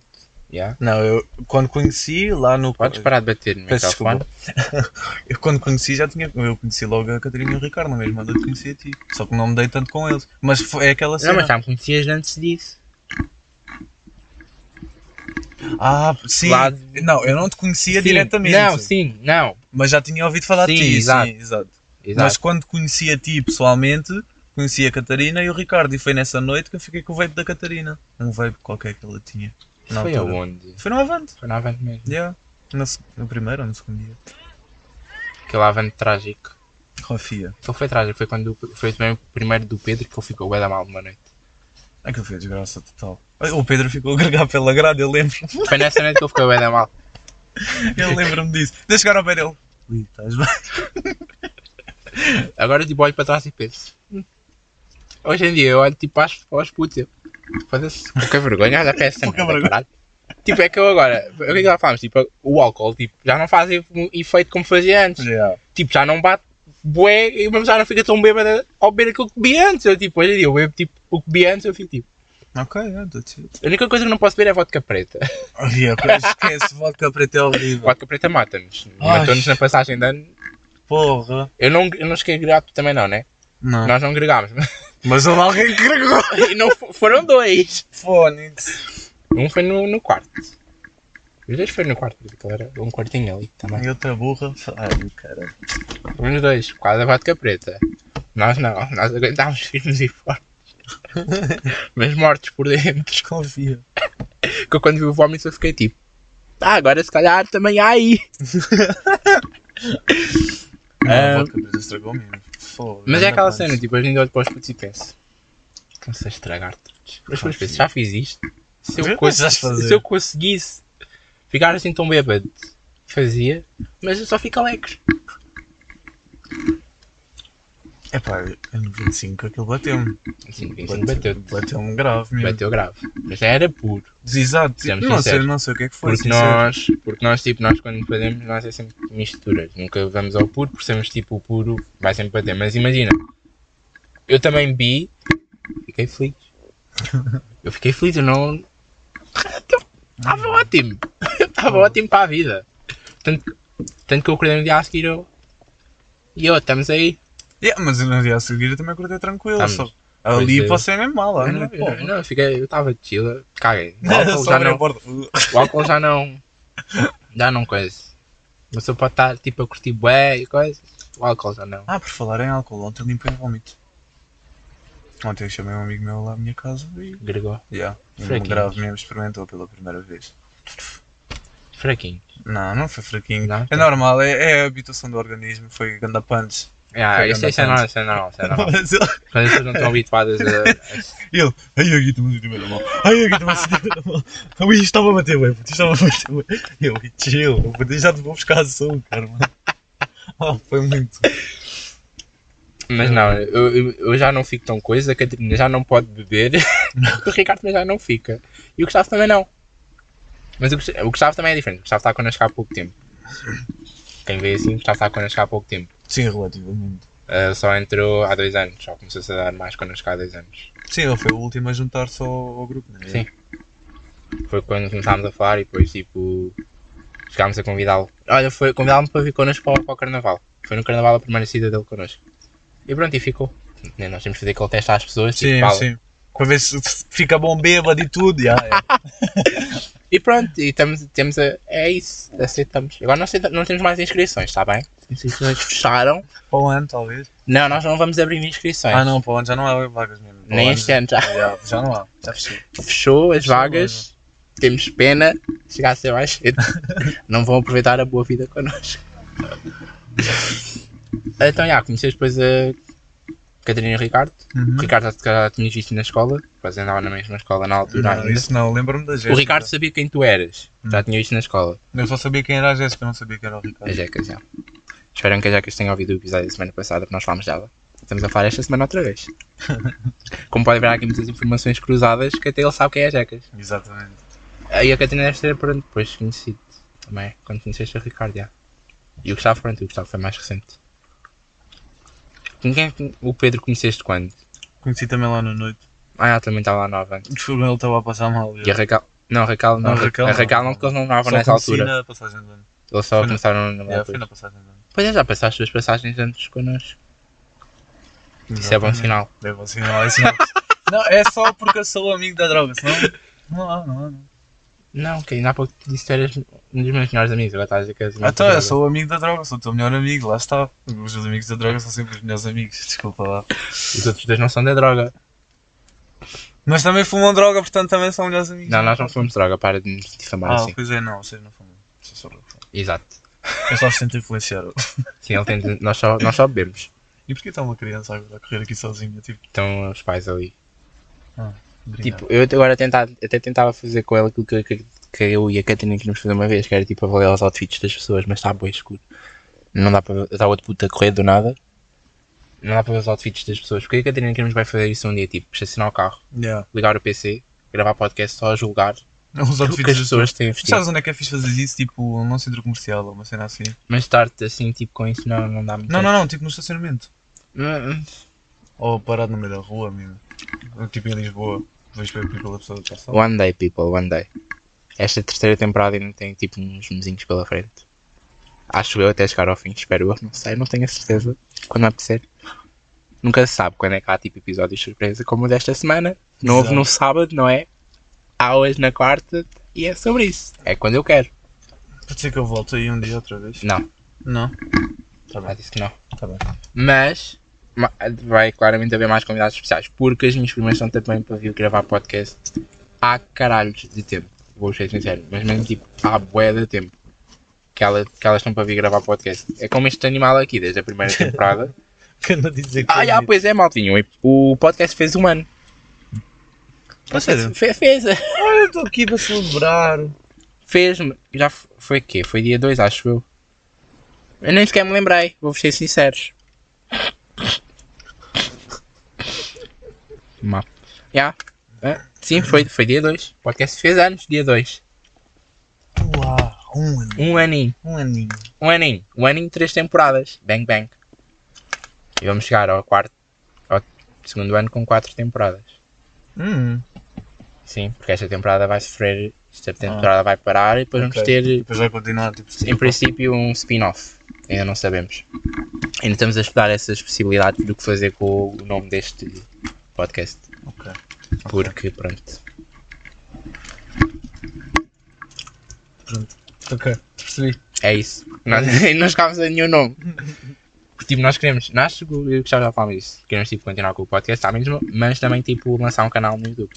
Já. Não, eu quando conheci lá no. Podes parar de bater no Peço microfone. desculpa. [laughs] Eu quando conheci já tinha. Eu conheci logo a Catarina e o Ricardo, na mesma onda que conheci a ti. Só que não me dei tanto com eles. Mas foi é aquela Não, cena. mas já me conhecias antes disso. Ah, sim. Lá- Não, eu não te conhecia Sim. diretamente. Não, sim, não. Mas já tinha ouvido falar Sim, de ti. exato. Sim, exato. Mas Exato. quando conheci a ti pessoalmente, conheci a Catarina e o Ricardo. E foi nessa noite que eu fiquei com o vape da Catarina. Um vape qualquer que ela tinha. na foi altura. aonde? Foi no Avante. Foi na Avante mesmo. Yeah. No, se- no primeiro ou no segundo dia? Aquele Avante trágico. Confia. Aquele foi trágico, foi quando foi também o primeiro do Pedro que ele ficou bué da mal uma noite. Aquilo foi a desgraça total. O Pedro ficou a gregar pela grade, eu lembro. Foi nessa noite que ele ficou bué da mal. Eu lembro-me disso. Deixa eu chegar ao pé dele. Ui, estás bem? Agora tipo olho para trás e penso. "Hum." Hoje em dia eu olho tipo aos, aos putos. eu, Foda-se, pouca vergonha, olha para [laughs] essa Pouca merda, vergonha. caralho. Tipo, é que eu agora, o que é que já falámos? Tipo, o álcool tipo, já não faz efe- efeito como fazia antes. Yeah. Tipo, [laughs] já não bate bué e mesmo já não fica tão bêbada ao beber aquilo que bebi antes. Eu tipo, hoje em dia eu bebo tipo, o que bebi antes, eu fico tipo. Ok, é, yeah, that's it. A única coisa que não posso beber é vodka preta. Oh, yeah, esquece, vodka preta é horrível. Vodka preta mata-nos. Ai. Matou-nos na passagem de ano. Porra. Eu não, eu não cheguei a gregar tu também não, né? Não. Nós não gregámos. Mas houve alguém que gregou. [laughs] E não fo- foram dois. Fónix. Um foi no, no quarto. Os dois foi no quarto, porque aquilo era um quartinho ali também. E outra burra. Ai, cara. Os dois, quase a vodka preta. Nós não, nós aguentámos firmes e fortes. Mas mortos por dentro. Desconfia. Que eu quando vi o vómito eu fiquei tipo. Ah, agora se calhar também há aí. Ah, Não, a vodka preta estragou mesmo. Foda, Mas é anda aquela mais. cena, tipo, hoje ainda olho para os putos e penso. Comecei a estragar todos. Mas depois penso, já fiz isto? Se eu, assim? Já cons- vais fazer. se eu conseguisse ficar assim tão bêbado, fazia, mas eu só fico alegre. É pá, no 25 aquilo bateu-me. Assim, bateu Bateu-me grave mesmo. Bateu grave. Mas era puro. Exato. Sejamos Não sei, sinceros. não sei o que é que foi. Porque sincero. nós, porque nós, tipo, nós quando fazemos, nós é sempre misturas. Nunca vamos ao puro, porque sermos tipo o puro, vai sempre bater. Mas imagina, eu também bi, fiquei [laughs] feliz. Eu fiquei feliz, eu não. Então, Estava ótimo. [laughs] Eu Estava ótimo para a vida. Tanto, tanto que eu acordei no dia a seguir eu. E eu, estamos aí. Yeah, mas eu no dia a seguir eu também acordei tranquilo. Estamos. Só. Ali é. passei mesmo mal. lá, Ah, Eu né? não, eu não, eu Porra. não, eu fiquei, eu estava chila, [laughs] caguei. O álcool Só já abri a não, porta. o álcool já não. Já não coisa. Mas eu pode estar tipo a curtir bué e coisa. O álcool já não. Ah, por falar em álcool, ontem limpei o vómito. Ontem chamei um amigo meu lá à minha casa e. Gregor. Yeah, e um Fraquinhos. grave mesmo experimentou pela primeira vez. Fraquinho. Não, não foi fraquinho. Não? tá. É normal, é, é a habituação do organismo, foi ganda punch. Ah, Foi isso, isso é grande normal, isso é normal, isso é normal. Mas ele, Mas as pessoas não estão habituadas a. ele, ai, aqui estou-me a sentir bué da mal. Ai, aqui estou-me a sentir bué da mal. Ui, isto estava a bater, ué, puto, isto estava a bater, ué. Eu, "Ui, chill, puto, eu já te vou buscar a som, cara, mano. [laughs] Ah, foi muito. Mas não, eu, eu- eu já não fico tão coisa, a Catarina já não pode beber, [laughs] o Ricardo também já não fica. E o Gustavo também não. Mas o Gust- o Gustavo também é diferente, o Gustavo está connosco há pouco tempo. Quem vê assim, o Gustavo está connosco há pouco tempo. Sim, relativamente. Ah, só entrou há dois anos, só começou-se a dar mais connosco há dois anos. Sim, ele foi o último a juntar-se ao, ao grupo, né? Sim. Foi quando começámos a falar e depois, tipo, chegámos a convidá-lo. Olha, foi convidá-lo para vir connosco para, o- para o carnaval. Foi no carnaval a primeira saída dele connosco. E pronto, e ficou. Né, Nós temos que fazer aquele teste às pessoas, tipo, Sim, fala. sim. Para ver se se fica bom bêbado e tudo, já, é. [laughs] E pronto, e estamos, temos a, é isso, aceitamos. Agora não, aceita- não temos mais inscrições, está bem? As inscrições fecharam. Para o um ano, talvez. Não, nós não vamos abrir inscrições. Ah, não, para o ano já não há vagas mesmo. Para o Nem ano este ano já. Já, já não há, já fechou. Fechou as Fechou, vagas, temos pena, chegar a ser mais cedo. [laughs] não vão aproveitar a boa vida connosco. então, já, conheces depois a Catarina e o Ricardo. Uhum. O Ricardo já, já tinhas visto na escola, quase andava na mesma escola na altura Não, ainda. isso é Uhum. não, lembro-me da Jéssica. O Ricardo sabia quem tu eras, já tinha visto na escola. Eu só sabia quem era a Jéssica, não sabia quem era o A Ricardo. Jecas, já. Espero que a Jecas tenha ouvido o episódio da semana passada, porque nós falámos dela. Estamos a falar esta semana outra [laughs] vez. Como podem ver, há aqui muitas informações cruzadas que até ele sabe quem é a Jecas. Exatamente. E a Catarina deve ser, pronto, depois conhecido também, quando conheceste o Ricardo, já. E o Gustavo, pronto, o Gustavo foi mais recente. Ninguém, o Pedro conheceste quando? Conheci também lá na noite. Ah, ela também estava lá nova. Desculpa, ele estava a passar mal. E a Raquel? Não, a Raquel não. Ah, a Raquel a Raquel não. não, porque eles não andavam Só nessa conheci altura. na passagem de ano. Eles só Foi na- começaram na Yeah, foi altura. na passagem de ano. Pois é, já passaste as tuas passagens antes connosco. Isso é bom Exatamente. sinal. É bom sinal, é sinal. Não, é só porque eu sou amigo da droga, senão... Não há, não há. não Não, que ainda há pouco disse que tu eras um dos meus melhores amigos, agora estás a dizer que és há. uma Então, eu pessoa. sou o amigo da droga, sou o teu melhor amigo, lá está. Os meus amigos da droga são sempre os melhores amigos, [laughs] desculpa lá. Os outros dois não são da droga. Mas também fumam droga, portanto também são melhores amigos. Não, nós não fomos droga, para de nos difamar Ah, assim. pois é, não, vocês não fumam. Vocês só fumam. Exato. Eu só vos tento influenciar. Sim, ele tem de- nós, só, nós só bebemos. E porquê está uma criança agora a correr aqui sozinha? Tipo, Estão os pais ali. tipo Tipo, eu até agora tenta- até tentava fazer com ele aquilo que, que- que eu e a Catarina queríamos fazer uma vez, que era tipo avaliar os outfits das pessoas, mas está bem escuro. Não dá para ver, está outro puto a correr do nada. Não dá para ver os outfits das pessoas. Porque eu e a Catarina queremos vai fazer isso um dia, tipo, estacionar o carro, yeah. ligar o PC, gravar podcast só a julgar os o que outfits as das pessoas. pessoas têm Tu vestido. Sabes onde é que é fixe fazer isso? Tipo, num centro comercial ou uma cena assim? Mas estar-te assim, tipo, com isso não, não dá muito. Não, não, não, tipo no estacionamento. não. Ou parado no meio da rua mesmo. Tipo em Lisboa. Vejo para pela pessoa que está só. One day, people, one day. Esta terceira temporada ainda tem, tipo, uns mesinhos pela frente. Acho eu até chegar ao fim, espero eu. Não sei, não tenho a certeza. Quando me apetecer. Nunca se sabe quando é que há, tipo, episódios de surpresa como o desta semana. Não houve Exato. no sábado, não é? Há hoje na quarta. E é sobre isso. É quando eu quero. Pode ser que eu volte aí um dia outra vez? Não, Não. Tá já bem, disse que não. tá bem. Mas ma- vai claramente haver mais convidados especiais, porque as minhas primas estão também para vir gravar podcast há caralhos de tempo. Vou ser sincero, mas mesmo tipo há bué de tempo que, ela- que elas estão para vir gravar podcast. É como este animal aqui, desde a primeira temporada. Quero dizer que. ah, já, pois é, Maltinho, o podcast fez um ano. sério? Fe- fez, é. Olha, eu estou aqui para celebrar. fez, já f- foi o quê? Foi dia 2, acho eu. Eu nem sequer me lembrei, vou ser sinceros. Má. Já? Hã? Sim, foi, foi dia 2. O podcast fez anos, dia 2. Uau, Um um aninho. aninho. Um aninho. Um aninho. Um aninho, três temporadas. Bang, bang. E vamos chegar ao quarto, ao segundo ano com quatro temporadas. Hum. Sim, porque esta temporada vai sofrer, esta temporada vai parar e depois Ok. vamos ter Depois vai continuar, tipo, em princípio um spin-off. Ainda não sabemos. Ainda estamos a estudar essas possibilidades do que fazer com o nome deste podcast. Ok. Porque pronto. Ok, percebi. [laughs] É isso. Nós não chegámos a nenhum nome. Porque, tipo, nós queremos, nós eu e o Gustavo já falámos isso, queremos tipo, continuar com o podcast à mesma, mas também tipo lançar um canal no YouTube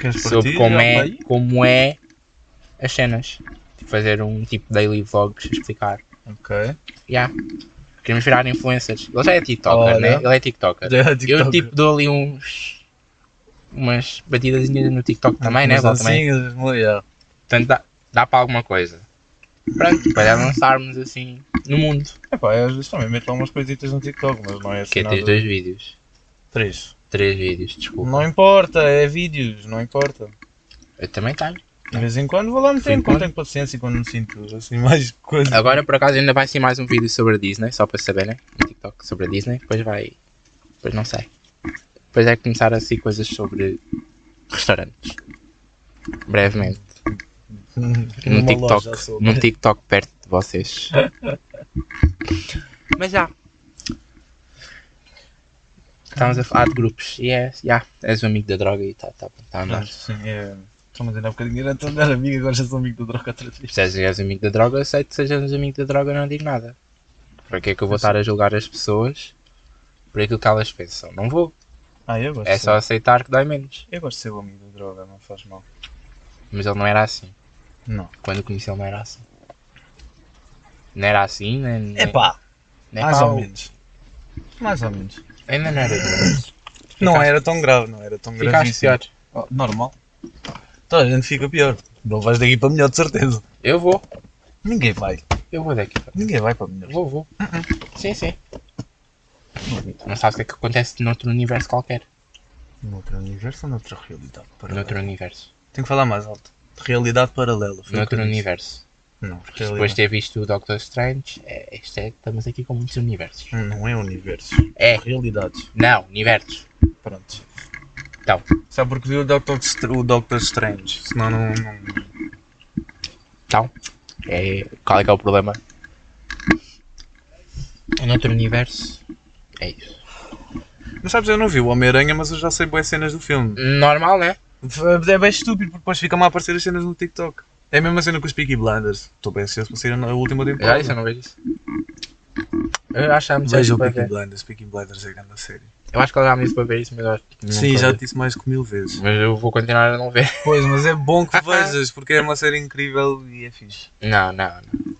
Queres sobre partir? como Já é, vai? como é as cenas. Tipo, fazer um tipo daily vlogs, explicar. Ok. Yeah. Queremos virar influencers. Ele já é TikToker, Olha. né? Ele é TikToker. Já é Eu TikToker. tipo dou ali uns. umas batidazinhas no TikTok também, né? Umas Volta e meia. dancinhas, Ah, mas, assim, yeah. Portanto, dá, dá para alguma coisa. Pronto, para lançarmos assim no mundo. Epá, eu às vezes também meto algumas coisitas no TikTok, mas não é assim Que é, nada. tens dois vídeos. Três. Três vídeos, desculpa. Não importa, é vídeos, não importa. Eu também tenho. De vez em quando vou lá metendo Sim, Ah, quando claro. tenho paciência e quando me sinto assim mais coisa. Agora por acaso ainda vai ser mais um vídeo sobre a Disney, só para saberem. Um TikTok sobre a Disney. Depois vai. Depois não sei. Depois é começar assim coisas sobre restaurantes. Brevemente. Num Numa TikTok. loja só. Num TikTok perto de vocês. [laughs] Mas já. Estávamos a falar de grupos. Yes, já. És o amigo da droga e tá, tá, tá a andar. Pronto, Sim, é. Estamos a dizer há bocadinho, era tanto era amigo, agora já sou amigo do Droga outra vez. Se és, és amigo da droga, eu sei que sejas amigo da droga, não digo nada. Para que é que eu vou estar a julgar as pessoas por aquilo que elas pensam? Não vou. Ah, eu gosto. É de ser- só aceitar que dói menos. Eu gosto de ser o amigo da droga, não faz mal. Mas ele não era assim. Não. Quando o conheci, ele não era assim. Não era assim, nem. nem- Epá, nem É mais pau. ou menos. Mais ou menos. Ainda [laughs] não era. grave. Não era tão grave, não era tão grave. Ficaste pior. Oh, normal. Toda a gente fica pior. Não vais daqui para melhor, de certeza. Eu vou. Ninguém vai. Eu vou daqui. Ninguém vai para melhor. Vou, vou. Uhum. Sim, sim. Não sabes o que é que acontece noutro universo qualquer. Noutro universo ou noutra realidade paralela? Noutro universo. Tenho que falar mais alto. Realidade paralela. foi o que Noutro eu disse. universo. Não, Depois de realidade. ter visto o Doctor Strange, é, isto é, estamos aqui com muitos universos. Não é universo. É. Realidades. Não, universos. Pronto. Então. Só porque vi o Doctor, Str- o Doctor Strange. Senão não. não... Então, é, qual é que é o problema? Noutro universo. É isso. Mas sabes, eu não vi o Homem-Aranha, mas eu já sei boas cenas do filme. Normal, né? É bem estúpido, porque depois fica-me a aparecer as cenas no TikTok. É a mesma cena com os Peaky Blinders. Estou bem ansioso para ser a última Já temporada. disse, eu não vejo É, isso. Eu acho que já me disse Veja isso o é para Peaky ver. Blinders. Peaky Blinders é grande a série. Eu acho que ela já me disse para ver isso, mas eu acho que nunca Sim, já vi. te disse mais que mil vezes. Mas eu vou continuar a não ver. Pois, mas é bom [laughs] que vejas, porque é uma série incrível e é fixe. Não, não, não.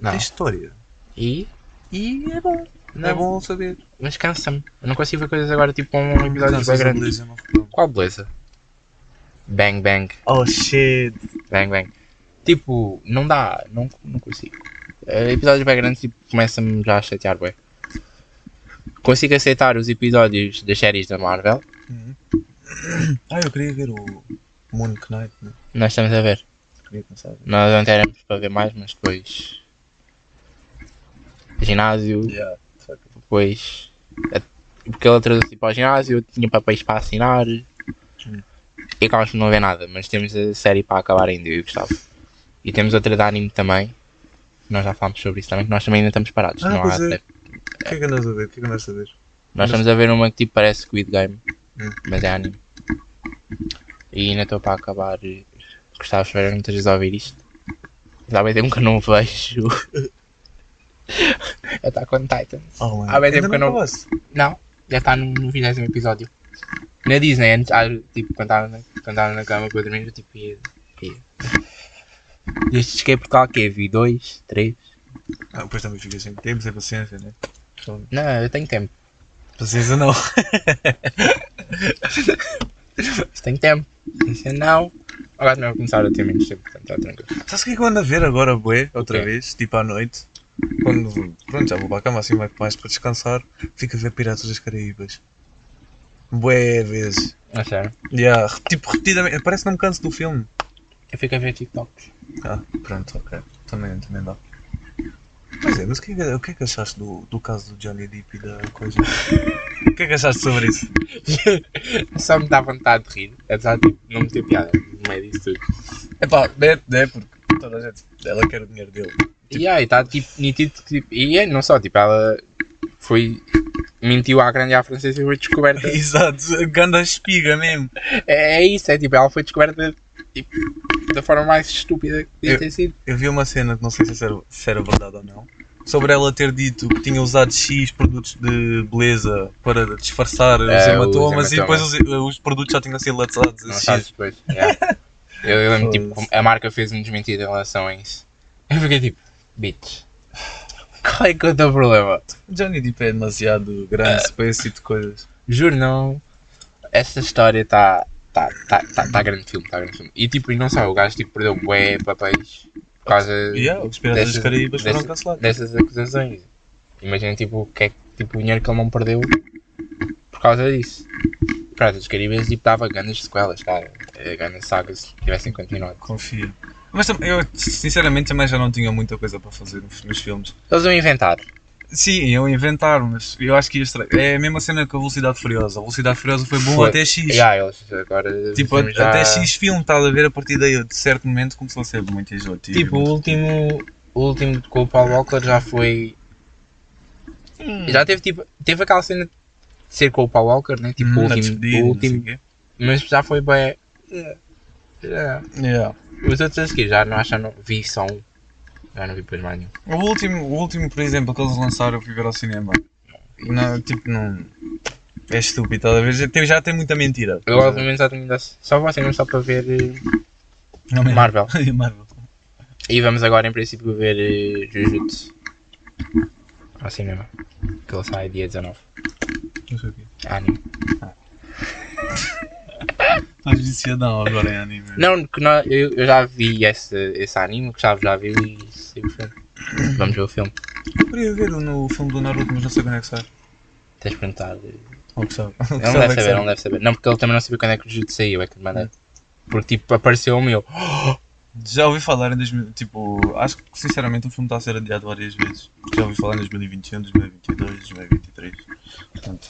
Não. Tem história. E? E é bom. Não. É bom saber. Mas cansa-me. Eu não consigo ver coisas agora, tipo, um episódio bem grande. Qual beleza? Bang, bang. Oh shit. Bang, bang. Tipo, não dá, não, não consigo. Eh, episódios bem grandes tipo, começa-me já a chatear bem. Consigo aceitar os episódios das séries da Marvel. Ah, eu queria ver o Moon Knight, né? Nós estamos a ver. Queria começar a ver. Nós ontem éramos para ver mais, mas depois. Ginásio, Yeah. depois. eh, Porque ele traduziu para o ginásio, eu tinha papéis para assinar. E acabamos por não ver nada, mas temos a série para acabar ainda, eu e o Gustavo. E temos outra de anime também. Nós já falámos sobre isso também, que nós também ainda estamos parados. Ah, não há pois é. tempo. O que é que andas a ver? O que é que andas a ver? Nós Mas- estamos a ver uma que tipo parece Squid Game, Hum. mas é anime. E ainda estou para acabar. eh, Gostava de ver muitas vezes a ouvir isto. Já há bem tempo que eu não vejo. [laughs] É já está com Titans. Oh, mano. Há bem tempo Ainda que eu não- acabaste. Não, já está no, no 20 episódio. Na Disney, antes, ah, tipo, quando estava na, quando estava na cama para dormir, eu tipo ia. ia. E este cheguei por cá, que vi dois, três. Ah, depois também fica sem tempo, sem paciência, né? Então, Não, eu tenho tempo. Paciência não. Eu Tenho tempo. Se não, agora também vou começar a ter menos tempo, portanto está tranquilo. Sabes o que é que eu ando a ver agora, bué? Outra O quê? vez, tipo à noite. Quando, pronto, já vou para a cama assim mais, mais para descansar. Fico a ver Piratas das Caraíbas. Bué vezes. Ah, sério? Yeah, re- tipo repetidamente. Parece que não me canso do filme. Eu fico a ver TikToks. Ah, pronto, ok. Também, também dá. Pois é, mas o que é, que- o que, é que achaste do, do caso do Johnny Depp e da coisa? [laughs] O que é que achaste sobre isso? Só me dá vontade de rir, apesar de tipo, não me ter piada no meio disso tudo. É pá, é, é porque toda a gente. Ela quer o dinheiro dele. E aí, está tipo nítido que tipo. E é, não só, tipo, ela foi. mentiu à grande e à francesa e foi [laughs] descoberta. [laughs] Exato, ganda espiga mesmo. É, é isso, é tipo, ela foi descoberta tipo, da forma mais estúpida que podia Eu- ter sido. é Eu vi uma cena que não sei se era, se era verdade ou não, sobre ela ter dito que tinha usado X produtos de beleza para disfarçar os É, os hematomas e depois hematomas. os, os produtos já tinham sido assim. lançados a Não X. sabes depois. Yeah. Eu, eu lembro, tipo, como a marca fez-me desmentir em relação a isso. Eu fiquei tipo, bitch. Qual é que é o teu problema? Johnny Depp é demasiado grande espécie tipo de coisas. Juro não. Essa história está. Está tá, tá, tá grande filme, está grande filme. E tipo, e não sei, o gajo tipo, perdeu bué papéis por causa Yeah, os Piratas dessas- dos Caraíbas foram dessas- cancelados. dessas acusações. Imagina tipo, o que é que- tipo, o dinheiro que ele não perdeu por causa disso. Pronto, os Caribes tipo, dava grandes sequelas, cara. Eh, Grandes sagas se tivessem continuado. Confia. Mas tam- eu sinceramente também já não tinha muita coisa para fazer nos, nos filmes. Eles iam inventar. Sim, iam inventar, mas eu acho que ia estra- É a mesma cena com a Velocidade Furiosa. A Velocidade Furiosa foi bom Foi. até X. E ah, eles agora. Tipo, os filmes já- até X filme, estás a ver? A partir daí, de certo momento, começou a ser muito enjoativo. Tipo, o último. O último com o Paul Walker já foi. Já teve tipo. Teve aquela cena de ser com o Paul Walker, né? Tipo, o a último. despedir, O não sei último quê. mas já foi bem. eh, Já. Yeah. Os outros que já não acho, não vi só um. Já não vi depois mais nenhum. O último, o último, por exemplo, que eles lançaram, eu fui ver ao cinema. Não, tipo, não. É estúpido, estás a ver? Já tem, já tem muita mentira. Eu ao menos já tenho só vou ao cinema só para ver eh, Não, mesmo. [laughs] Marvel. Marvel. E vamos agora em princípio ver eh, Jujutsu ao cinema. Que ele sai dia 19. Não sei o quê. Anime. Estás viciadão agora em anime. Não, que não eu, eu já vi esse, esse anime, que já, já viu e sei o filme. Vamos ver o filme. Eu queria ver o no filme do Naruto, mas não sei quando é que sai. Tens de perguntar. Ele Ou é que sabe. não deve saber, ele não deve saber. Não, porque ele também não sabia quando é que o Jujutsu saiu, é que lhe mandei. Porque tipo, apareceu o meu. Já ouvi falar em 2000, tipo, acho que sinceramente o filme está a ser adiado várias vezes. Já ouvi falar em 2021, 2022, 2023. Portanto,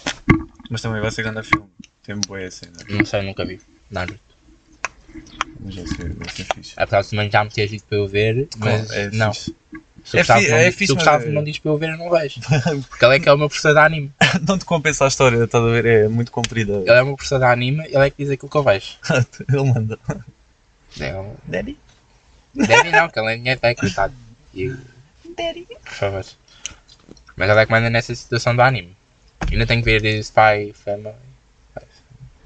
mas também vai ser grande filme. Tem boa essa ainda. Não sei, nunca vi. Naruto. Mas vai ser, vai ser fixe. Apesar de também já me teres dito para eu ver, mas é não. fixe. [laughs] Se o É Gustavo fi- não, é diz- se fixe, o mas Gustavo é- não diz para eu ver, eu não [laughs] vejo. Porque ele é que é o meu professor de anime. Não te compensa a história, estás a ver? É muito comprida. [laughs] Ele é o meu professor de anime, ele é que diz aquilo que eu vejo. Ele manda. Ele- Daddy? Deve não, que ele é minha técnica, tá? E- Daddy? Por favor. Mas ele é que manda nessa situação do anime. Ainda tenho que ver eh, Spy Family.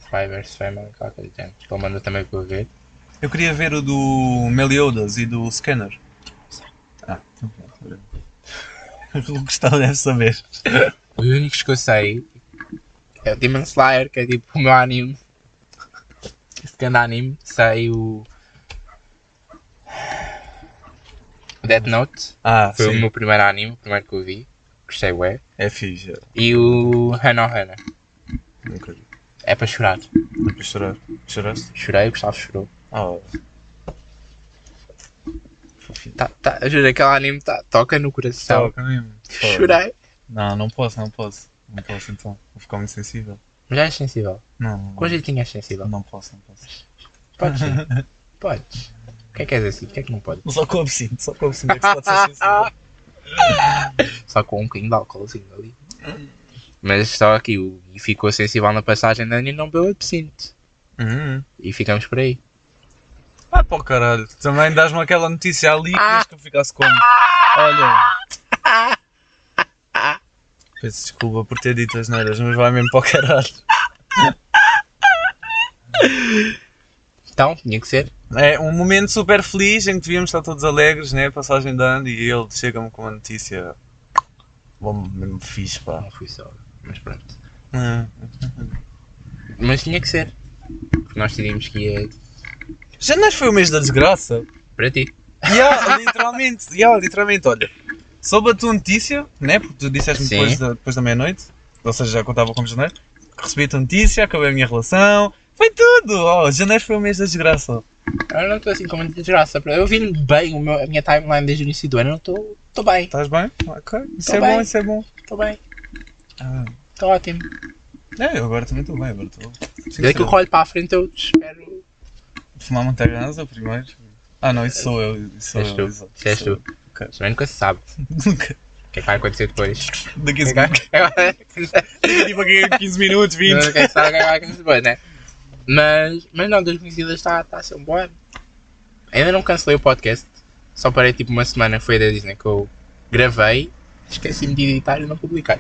Spy vs Family, qualquer coisa do género. Que ele mandou também para eu ver. Eu queria ver o do Meliodas e do Scanner. Ah, então pronto. [laughs] O Gustavo deve saber. Os únicos que eu sei é o Demon Slayer, que é tipo o meu anime. Esse grande anime. Sei o. Death Note. Ah, Foi o sim. meu primeiro anime, o primeiro que eu vi. Gostei, ué. É fixe. é. E o Hannah Hannah. Nunca vi. É para chorar. Para chorar. Choraste? Chorei, o Gustavo chorou. Ah, Tá, tá, eu juro, aquele anime tá, toca no coração. Toca mesmo. Foda. Chorei. Não, não posso, não posso. Não posso então. Vou ficar muito sensível. Mas já és sensível. Não, não, Com jeitinho és sensível. não posso, não posso. Podes sim. [laughs] Podes. O que é que és assim? O que é que não pode? Só com o absinto, só com o absinto é que se pode ser sensível. Só com um bocadinho de álcool assim ali. Mas só aqui o Gui ficou sensível na passagem da Annie e não bebeu absinto. [laughs] Uhum. E ficamos por aí. Ah, pá, caralho. Também dás-me aquela notícia ali que querias que eu ficasse como. Olha. Peço desculpa por ter dito as neiras, mas vai mesmo para o caralho. Então, tinha que ser. É um momento super feliz em que devíamos estar todos alegres, né? Passagem de ano e ele chega-me com uma notícia. Bom, mesmo fixe, pá. Não fui só. Mas pronto. Hum. Mas tinha que ser. Porque nós decidimos que ia Janeiro foi o mês da desgraça. para ti. Yeah, literalmente, yeah, literalmente, olha. Soube a tua notícia, né? Porque tu disseste-me Sim. depois da, depois da meia-noite, ou seja, já contava como janeiro. Recebi a tua notícia, acabei a minha relação, foi tudo! Oh, janeiro foi o mês da desgraça. Eu não estou assim com muita desgraça. Eu vi bem o meu- a minha timeline desde o início do ano. Eu estou estou bem. Estás bem? Ok. Isso Tô é bom, bem. isso é bom. Estou bem. Ah, Estou ótimo. é, eu agora também estou bem, agora estou. Desde é que eu olho para a frente, eu espero. Fumar Montaganza primeiro. Ah, não, isso sou eu. Isso sou És tu, eu. exato, isso és sou tu. eu. Ok. Também nunca se sabe [laughs] Nunca. o que é que vai acontecer [laughs] depois. É Daqui a segundo. Tipo aqui 15 minutos, 20. Quem sabe o que é que vai acontecer depois, né? Mas, mas não, 2022 está tá a ser um bom ano. Ainda não cancelei o podcast. Só parei tipo uma semana. Foi da Disney que eu gravei Esqueci-me de editar e não publiquei.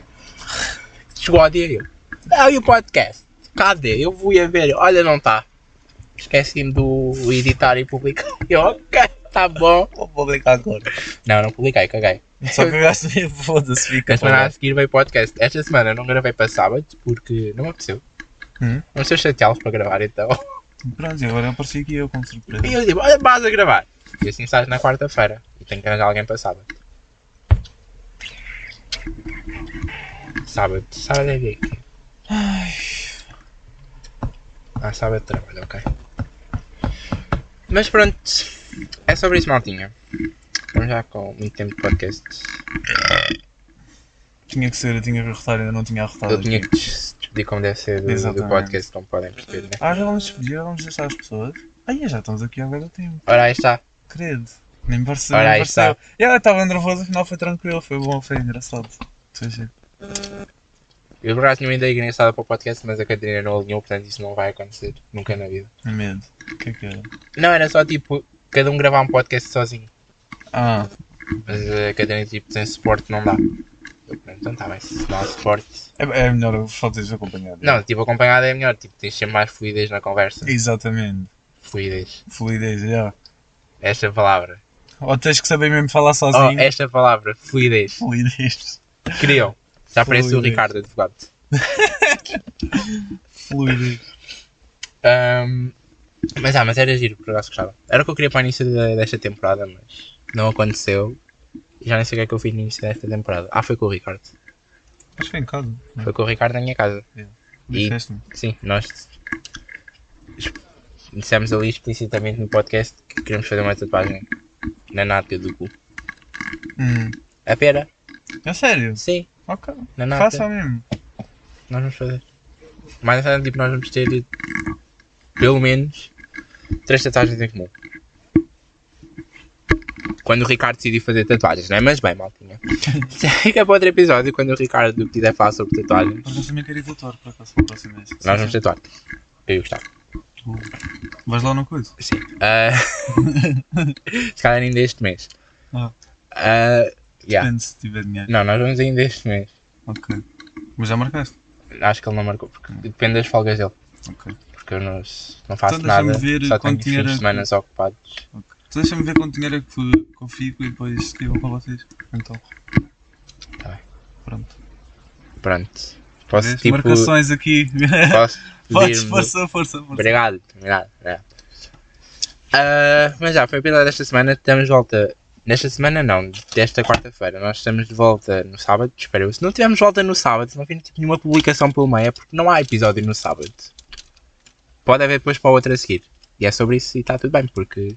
Chegou ao dia eu. Ah, e o podcast? Cadê? Eu fui a ver. Olha, não está. Esqueci-me do editar e publicar. [laughs] Eu, ok, tá bom. Vou publicar agora. Não, não publiquei, caguei. Só que eu gasto mesmo, foda-se, fica. A semana a seguir veio podcast. Esta semana eu não gravei para sábado porque não me apeteceu. Hum. Não sei chateá-los para gravar então. assim, Pronto, e agora apareci aqui eu com surpresa. E eu digo, olha, vas a gravar. E assim estás na quarta-feira. E tenho que arranjar alguém para sábado. Sábado. Sábado é dia aqui. Ai, Ah, sábado trabalho, ok. Mas pronto. É sobre isso, maltinha. Estamos já com muito tempo de podcast. tinha que ser, eu tinha que arrotar, ainda não tinha arrotado. eu tinha que des- despedir como deve ser do, do Exatamente. podcast, como podem perceber, né? Ah, já vamos despedir, já vamos deixar as pessoas. Aí já estamos aqui agora do tempo. Ora, aí está. Credo. Nem pareceu, Ora, nem aí pareceu. Eu estava nervoso, afinal foi tranquilo, foi bom, foi engraçado. Foi giro. Eu por acaso tinha uma ideia engraçada para o podcast, mas a Catarina não alinhou, portanto isso não vai acontecer. Nunca na vida. Tem medo. O que é que era? Não, era só tipo, cada um gravar um podcast sozinho. Ah, Mas a Catarina, tipo, sem suporte não dá. Eu, pronto, então tá bem, se não há suporte. é, é melhor eu só teres acompanhado. Não, tipo, acompanhada é melhor, tipo, tens de ser mais fluidez na conversa. Exatamente. Fluidez. Fluidez, já. Esta palavra. Ou tens que saber mesmo falar Oh, sozinho. esta palavra, fluidez. Fluidez. Criou. Já parece o Fluidez. Ricardo, advogado. Fluidez. Ahm, mas ah, mas era giro, por acaso gostava. Era o que eu queria para o início de- desta temporada, mas não aconteceu. Já nem sei o que é que eu fiz no início desta temporada. Ah, foi com o Ricardo. Mas foi em casa. Foi com o Ricardo na minha casa. É. E- Disseste-me. Sim, nós es- dissemos ali explicitamente no podcast que queremos fazer uma tatuagem na nata do cu. Hum. A pera? É sério? Sim, Ok. na nata. Faça mesmo. Nós vamos fazer. Mais nada, tipo, nós vamos ter pelo menos três tatuagens em comum. Quando o Ricardo decidiu fazer tatuagens, não é? Mas bem, maltinha. Fica para outro episódio quando o Ricardo quiser falar sobre tatuagens. Por acaso também quero ir tatuar, por acaso, para o próximo mês. Nós vamos tatuar. Eu e o Gustavo. tipo, Vais lá no coisa? Sim. Ah, [laughs] se calhar ainda este mês. Ah. Ah, yeah. Depende se tiver dinheiro. Não, nós vamos ainda este mês. Ok. Mas já marcaste? Acho que ele não marcou, porque depende das folgas dele. Ok. Porque eu não, não faço Então deixa-me nada. ver só tenho quanto fins de dinheiro- é semana ocupados. ok. Então deixa-me ver quanto dinheiro é que, que eu fico e depois escrevo para vocês. Então. Tá bem. Pronto. Pronto. Posso, Vês? tipo, [laughs] Marcações aqui. posso [laughs] Podes, pedir-me- força, força, força. Obrigado, obrigado. obrigado. Ah, mas já, foi o episódio desta semana. Estamos de volta. Nesta semana, não, desta quarta-feira. Nós estamos de volta no sábado, espero eu. Se não tivermos volta no sábado, se não vir tipo, nenhuma publicação pelo meio, é porque não há episódio no sábado. Pode haver depois para outra a seguir. E é sobre isso e está tudo bem, porque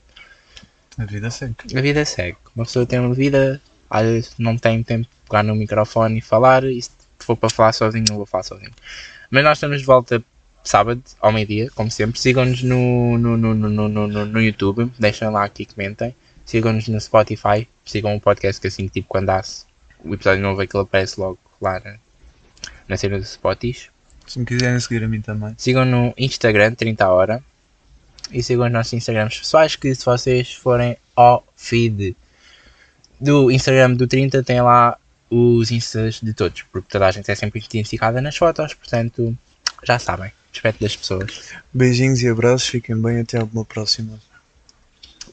A vida segue. a vida segue. Uma pessoa tem uma vida, às vezes não tem tempo de pegar no microfone e falar, e se for para falar sozinho, não vou falar sozinho. Mas nós estamos de volta sábado, ao meio-dia, como sempre. Sigam-nos no, no, no, no, no, no, no- no YouTube, deixem lá aqui, comentem. Sigam-nos no Spotify, sigam o podcast que assim, tipo, quando há o episódio novo, aquilo aparece logo lá na, na cena do Spotis. Se me quiserem seguir a mim também. Sigam no Instagram 30 hora e sigam os nossos Instagrams pessoais que se vocês forem ao feed do Instagram do 30 tem lá os instas de todos, porque toda a gente é sempre identificada nas fotos, portanto já sabem, respeito das pessoas. Beijinhos e abraços, fiquem bem, até à uma próxima.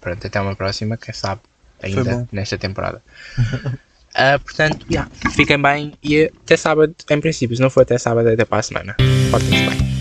Pronto, até uma próxima, quem sabe bom. ainda nesta temporada. Ah, portanto, yeah, fiquem bem e até sábado, em princípio, se não for até sábado, é até para a semana. Portem-se bem.